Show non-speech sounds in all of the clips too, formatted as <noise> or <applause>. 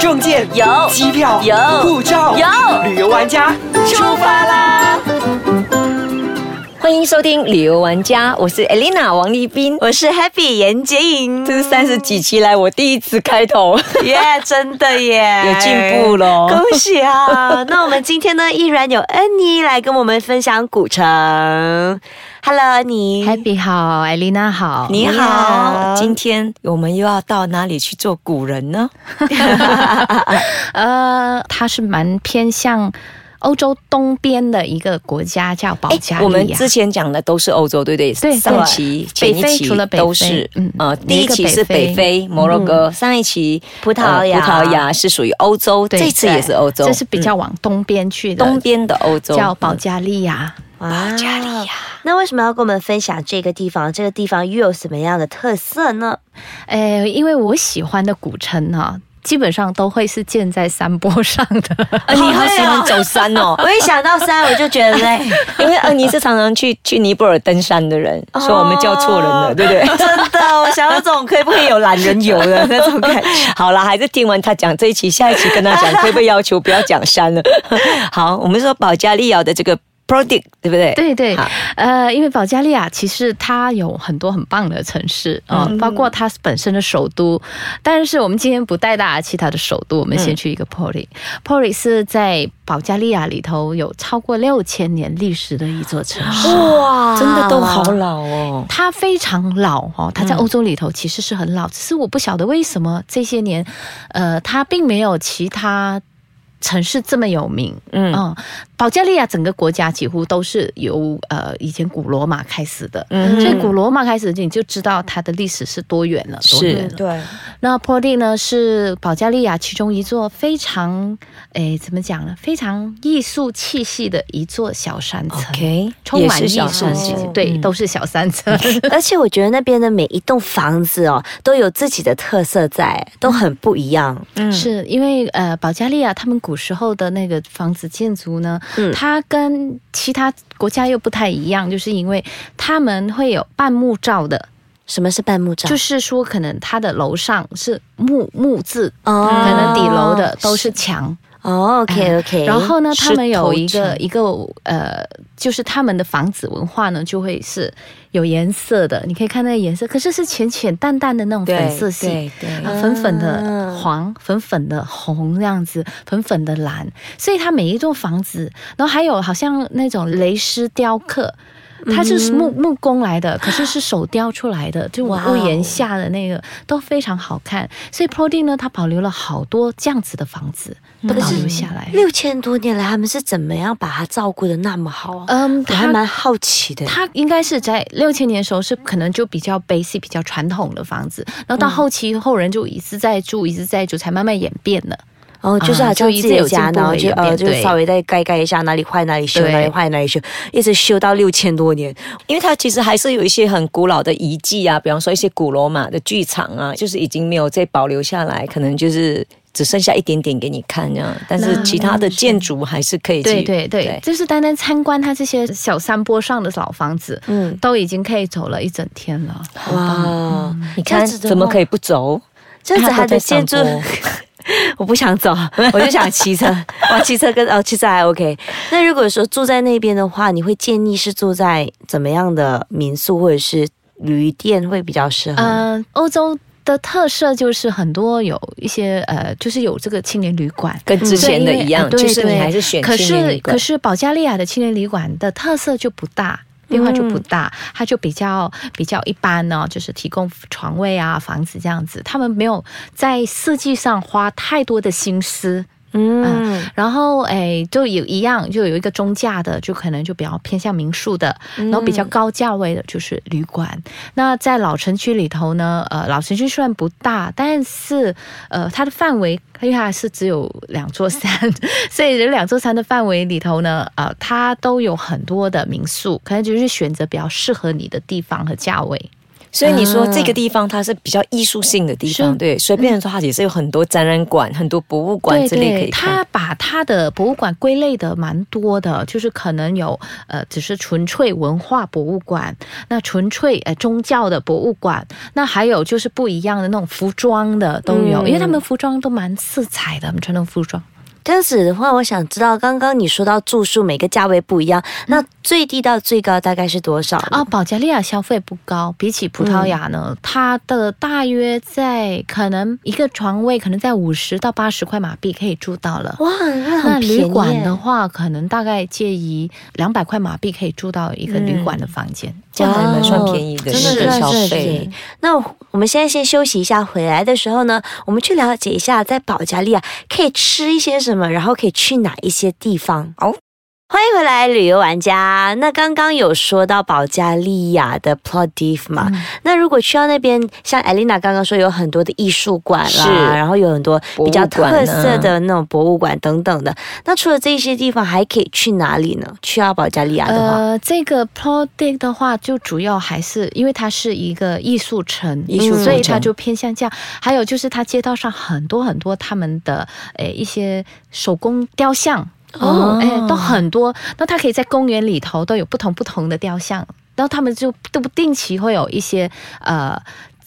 证件有机票有护照有旅游玩家出发啦！欢迎收听旅游玩家，我是 Elena 王立斌。 <laughs> 我是 Happy 严洁莹，这是三十几期来我第一次开头，耶真的耶， <laughs> 有进步咯恭喜啊！ <laughs> 那我们今天呢，依然有恩妮来跟我们分享古城。Hello，恩妮 Happy 好，艾丽娜好，你好，今天我们又要到哪里去做古人呢？呃，它是蛮偏向欧洲东边的一个国哎家，叫保加利亚。哎我们之前讲的都是欧洲，对不对？对上期、前对一北非期除了北非都是，嗯呃，哪第一一个期是北北非嗯非、摩洛哥，上一期葡萄牙呃葡萄牙是属于欧洲，对这次也是欧洲，这是比较嗯往东边去的，东哦边的欧洲，叫保加利亚。哇加利亚。那为什么要跟我们分享这个地方？这个地方又有什么样的特色呢？呃，因为我喜欢的古城啊，基本上都会是建在山坡上的。呃，你好喜欢走山 <laughs> 哦。我一想到山，我就觉得 <laughs> 哎累，因为呃，你是常常去去尼泊尔登山的人，哦所以我们叫错人了，对不对？ <laughs> 真的，我想要这种可以不可以有懒人游的那种感觉？好了，还是听完他讲这一期，下一期跟他讲，可不可以要求不要讲山了？ <laughs> 好，我们说保加利亚的这个 product，对不对？对对好，呃，因为保加利亚其实它有很多很棒的城市啊、呃包括它本身的首都。但是我们今天不带大家去它的首都，我们先去一个 Pori。Pori 是在保加利亚里头有超过六千年历史的一座城市。哇真的都好老哦。它非常老哦，它在嗯欧洲里头其实是很老，只是我不晓得为什么这些年，呃，它并没有其他城市这么有名。嗯嗯，保加利亚整个国家几乎都是由呃以前古罗马开始的，嗯所以古罗马开始你就知道它的历史是多远了，多是远了。对，那波利呢是保加利亚其中一座非常，诶怎么讲呢？非常艺术气息的一座小山城。 OK，充满也艺是术小山气息城，对，嗯都是小山城。而且我觉得那边的每一栋房子哦，都有自己的特色在，都很不一样。嗯是因为呃，保加利亚他们古时候的那个房子建筑呢，嗯它跟其他国家又不太一样，就是因为他们会有半木造的，啊什么是半木罩？就是说可能它的楼上是木木质，哦可能底楼的都是墙。哦，OK OK。然后呢，石他们有头一个墙一个呃，就是他们的房子文化呢，就会是有颜色的，你可以看那个颜色，可是是浅浅淡淡的那种粉色系。对对对啊，粉粉啊的黄，粉粉的红这样子，粉粉的蓝，所以它每一栋房子，然后还有好像那种蕾丝雕刻。它嗯是木木工来的，可是是手雕出来的，就哇哦屋檐下的那个都非常好看。所以 Prodi 呢，它保留了好多这样子的房子，嗯都保留下来。六千多年来，他们是怎么样把它照顾的那么好啊？嗯，我还蛮好奇的。它应该是在六千年的时候是可能就比较 basic、比较传统的房子，然后嗯到后期后人就一直在住，一直在住，才慢慢演变的。哦，就是好像啊就自一己直有的家，进步然后的就演呃，变就对稍微再盖盖一下，哪里坏哪里修，对哪里坏哪里修，一直修到六千多年。因为它其实还是有一些很古老的遗迹啊，比方说一些古罗马的剧场啊，就是已经没有再保留下来，可能就是只剩下一点点给你看这样，但是那其他的建筑还是可以去。对对对，就是单单参观它这些小山坡上的老房子，嗯嗯，都已经可以走了一整天了。哇，你看怎么可以？以不 <laughs> 走？这样子它的建筑它都在 <laughs> 上坡。我不想走，我就想骑车。 <laughs> 哇，骑车跟哦，骑车还 OK。那 <laughs> 如果说住在那边的话，你会建议是住在怎么样的民宿或者是旅店会比较适合？嗯、欧洲的特色就是很多有一些呃，就是有这个青年旅馆。跟之前的对因为一样，呃对就是你对还是选可青年是旅馆可是保加利亚的青年旅馆的特色就不大。变化就不大，嗯它就比较比较一般呢、就是提供床位啊、房子这样子，他们没有在设计上花太多的心思。嗯，然后哎，就有一样，就有一个中价的，就可能就比较偏向民宿的，然后比较高价位的就是旅馆。那在老城区里头呢，呃，老城区虽然不大，但是呃，它的范围因为它是只有两座山， <laughs> 所以这两座山的范围里头呢，呃，它都有很多的民宿，可能就是选择比较适合你的地方和价位。所以你说啊这个地方它是比较艺术性的地方，是对，所以变成说它也是有很多展览馆、很多博物馆对之类可对，以看。他把他的博物馆归类的蛮多的，就是可能有呃，只是纯粹文化博物馆，那纯粹呃宗教的博物馆，那还有就是不一样的那种服装的都有，嗯因为他们服装都蛮色彩的，他们穿那种服装。这样子的话，我想知道，刚刚你说到住宿每个价位不一样，那最低到最高大概是多少？嗯啊，，保加利亚消费不高，比起葡萄牙呢，它的大约在可能一个床位可能在五十到八十块马币可以住到了。哇，那那很便宜旅耶。馆的话，可能大概介于两百块马币可以住到一个旅嗯馆的房间，这样还蛮算哦便宜的，真的是是的消是费是。那我们现在先休息一下，回来的时候呢，我们去了解一下在保加利亚可以吃一些什么，然后可以去哪一些地方。好欢迎回来，旅游玩家。那刚刚有说到保加利亚的 Plovdiv 嘛，那如果去到那边，像 Elena 刚刚说有很多的艺术馆是啦，然后有很多比较博物馆啊特色的那种博物馆嗯等等的。那除了这些地方，还可以去哪里呢？去到保加利亚的话，呃，这个 project 的话，就主要还是因为它是一个艺术城，艺术所以城它就偏向这样。还有就是它街道上很多很多他们的诶、一些手工雕像。哦哎、都很多。那它可以在公园里头都有不同不同的雕像，然后他们就都不定期会有一些呃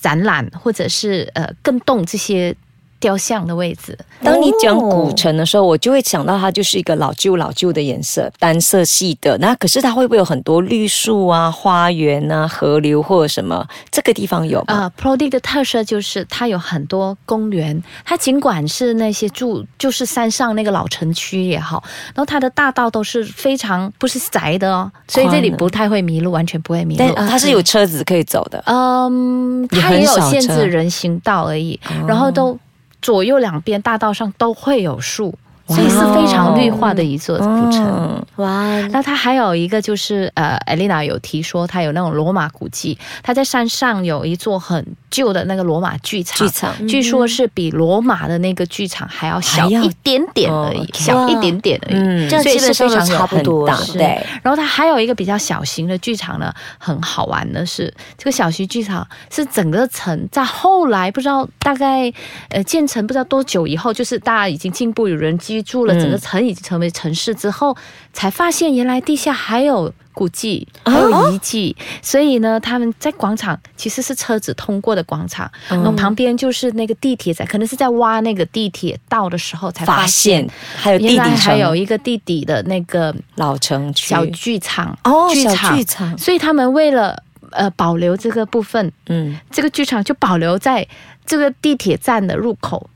展览，或者是呃更动这些雕像的位置。当你讲古城的时候，我就会想到它就是一个老旧老旧的颜色，单色系的。那可是它会不会有很多绿树啊、花园啊、河流或者什么？这个地方有吗？呃 p r o d i c 的特色就是它有很多公园，它尽管是那些住就是山上那个老城区也好，然后它的大道都是非常不是窄的哦，所以这里宽的不太会迷路，完全不会迷但路。它是有车子可以走的。嗯，也它很也有少限车哦制人行道而已，然后都左右两边大道上都会有树，所以是非常绿化哦的一座古城。嗯，哇，那它还有一个就是，呃，Elena 有提说它有那种罗马古迹，它在山上有一座很旧的那个罗马剧场，剧场嗯据说是比罗马的那个剧场还要小还要一点点而已哦，，OK 小一点点而已。嗯这样所以基本是上都非常有差不很多大了，是对。然后它还有一个比较小型的剧场呢，很好玩的是，这个小型剧场是整个城在后来不知道大概呃建成不知道多久以后，就是大家已经进步有人居住了，嗯整个城已经成为城市之后，才发现原来地下还有。古迹哦还有遗迹，所以呢，他们在广场其实是车子通过的广场，哦然后旁边就是那个地铁站，可能是在挖那个地铁道的时候才发发现，现还有地原来底还有城、一个地底的那个老城区、小剧场哦，剧小场剧，场，所以他们为了呃保留这个部分，嗯，这个剧场就保留在这个地铁站的入口，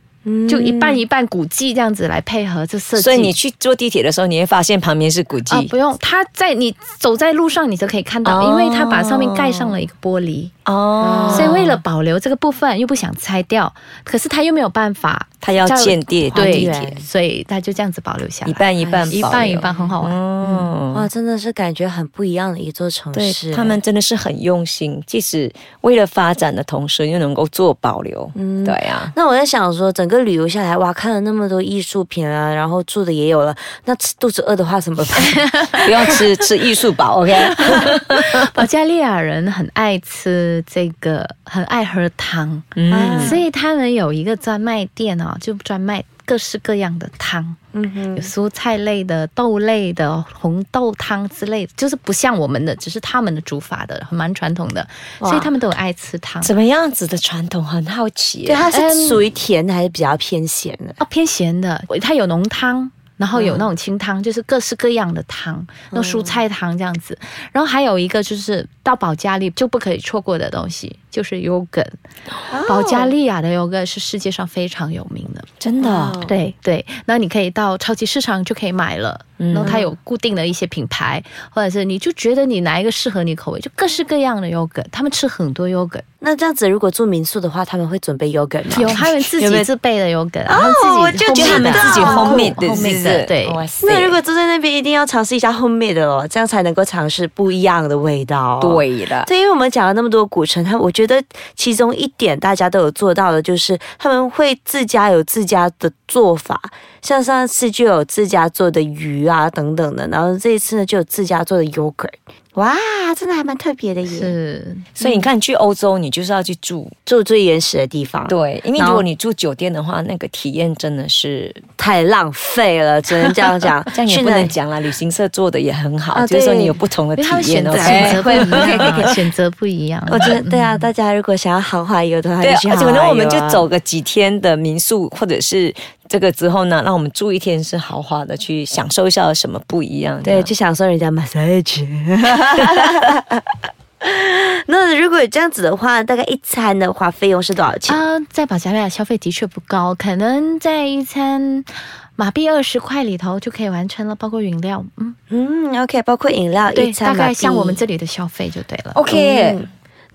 就一半一半古迹这样子来配合这设嗯计。所以你去坐地铁的时候，你会发现旁边是古迹啊、，不用，它在你走在路上，你就可以看到，哦因为它把上面盖上了一个玻璃，哦所以为了保留这个部分，又不想拆掉，可是它又没有办法，它要在建地对地铁，所以它就这样子保留下来，一半一半，一半一半，，嗯很好玩。哦，哇，真的是感觉很不一样的一座城对市。欸他们真的是很用心，即使为了发展的同时，又能够做保留，嗯，对啊。那我在想说，整个旅游下来，哇，看了那么多艺术品啊，然后住的也有了，那吃肚子饿的话 <laughs> 怎么办？不要 <laughs> 吃吃艺术宝，OK？保加利亚人很爱吃这个，很爱喝汤，嗯，所以他们有一个专卖店哦，就专卖各式各样的汤，嗯哼有蔬菜类的、豆类的、红豆汤之类的，就是不像我们的，只是他们的煮法的，蛮传统的，哇所以他们都很爱吃汤。怎么样子的传统很好奇耶，对，它是嗯属于甜的，还是比较偏咸的？哦，偏咸的，它有浓汤。然后有那种清汤，就是各式各样的汤，那蔬菜汤这样子。然后还有一个就是到保加利就不可以错过的东西，就是 yogurt。保哦加利亚的 yogurt 是世界上非常有名的。真的哦对对，那你可以到超级市场就可以买了。嗯然后它有固定的一些品牌，或者是你就觉得你哪一个适合你口味，就各式各样的 yogurt。他们吃很多 yogurt，那这样子，如果住民宿的话，他们会准备 yogurt 吗？有他们自有没有己自备的 yogurt，然后自己就他们自己 homemade 的，是不 homemade 哦是的对。哇塞那如果住在那边，一定要尝试一下 homemade 的哦，这样才能够尝试不一样的味道。。哦对了， <laughs> 对，因为我们讲了那么多古城，他我觉得其中一点大家都有做到的，就是他们会自家有自家的做法，像上次就有自家做的鱼啊等等的，然后这一次呢就有自家做的 yogurt，哇，真的还蛮特别的耶，是所以你看，去欧洲你就是要去住，住最原始的地方，对，因为然如后果你住酒店的话，那个体验真的是。太浪费了，只能这样讲这样也去不那能讲啦。旅行社做的也很好，啊就是说对你有不同的因体为他们选验哦哎择选择，OK？不一样， <laughs> 选择不一样。我觉得对啊，大家如果想要豪华游的话，对就去，而且可豪能华我们就游啊走个几天的民宿，或者是这个之后呢，让我们住一天是豪华的，去享受一下有什么不一样。对，啊就享受人家 massage。那如果这样子的话，大概一餐的话，费用是多少钱？啊、在保加利亚消费的确不高，可能在一餐马币二十块里头就可以完成了，包括饮料，嗯，嗯，OK，包括饮料对，一餐大马币，概像我们这里的消费就对了。 OK，嗯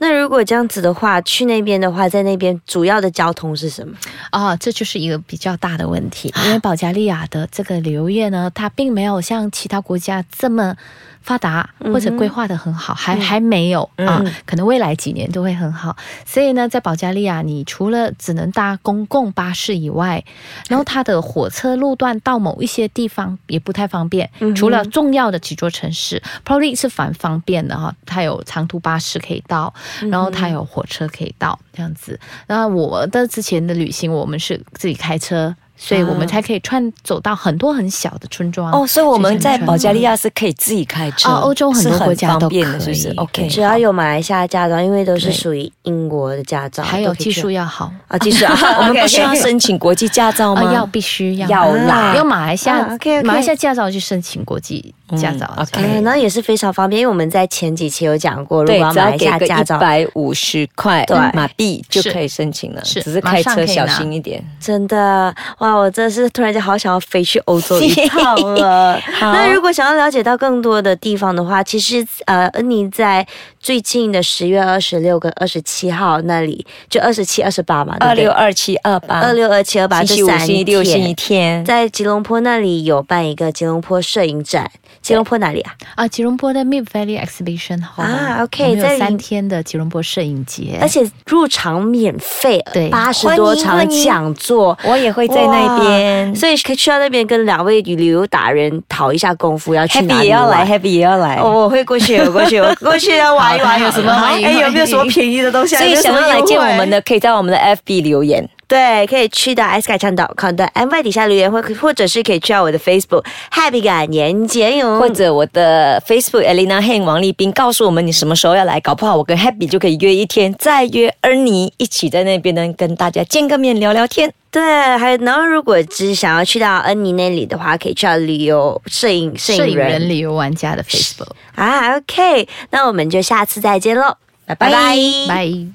那如果这样子的话，去那边的话，在那边主要的交通是什么？啊、这就是一个比较大的问题，因为保加利亚的这个旅游业呢，它并没有像其他国家这么发达，或者规划的很好，还还没有啊、可能未来几年都会很好。所以呢，在保加利亚，你除了只能搭公共巴士以外，然后它的火车路段到某一些地方也不太方便，嗯除了重要的几座城市，probably 是蛮方便的哈、它有长途巴士可以到，嗯然后它有火车可以到这样子。那我的之前的旅行，我们是自己开车，所以我们才可以串走到很多很小的村庄。啊哦，所以我们在去山保加利亚是可以自己开车，哦欧洲很多是国家都方便的，可是不是以？OK，，只要有马来西亚驾照，因为都是对属于英国的驾照，还有都可以技去术要好。啊，技术啊我们 OK，OK 不需要申请国际驾照哦吗？啊，要必须要要啦因为马来西亚、啊，OK，OK 马来西亚驾照去申请国际驾照、嗯这样嗯，那也是非常方便，因为我们在前几期有讲过，如果对，要只马要来西给亚个驾一照，百五十块嗯对马币就可以申请了，是只是开马上可车以小拿心一点。真的哇！我真是突然间好想要飞去欧洲一趟 <laughs> 了。那如果想要了解到更多的地方的话，其实呃，恩妮在最近的十月二十六跟二十七号那里，就二十七、二十八嘛，二对六不对？二七二八，二六、二七、二八星这期五、三星期六、星期天，天。在吉隆坡那里有办一个吉隆坡摄影展。吉隆坡哪里啊？啊，吉隆坡的 Mid Valley Exhibition Hall 啊，OK，我们在有里三天的吉隆坡摄影节，而且入场免费，对八十多欢迎场欢迎讲座，我也会在那边哇所以可以去到那边跟两位旅游达人讨一下功夫，要去哪，Happy 里也要玩来，Happy 也要来。 <laughs> 哦，我会过去，我过去，我过去要 <laughs> 玩一玩，好的有什么好的哎有没有什么便宜的东西？所以想要来见我们的，的，可以在我们的 FB 留言。对，可以去到 s k y c h a n d c o m 的 MY 底下留言，或或者是可以去到我的 Facebook Happy 感言节哟，或者我的 Facebook Elena h a n 王立斌告诉我们你什么时候要来，搞不好我跟 Happy 就可以约一天，再约恩妮一起在那边呢跟大家见个面聊聊天。对，还有然后如果只是想要去到恩妮那里的话，可以去到旅游摄影摄摄影影人人旅游玩家的 Facebook，啊。OK，那我们就下次再见喽，拜拜拜拜。拜。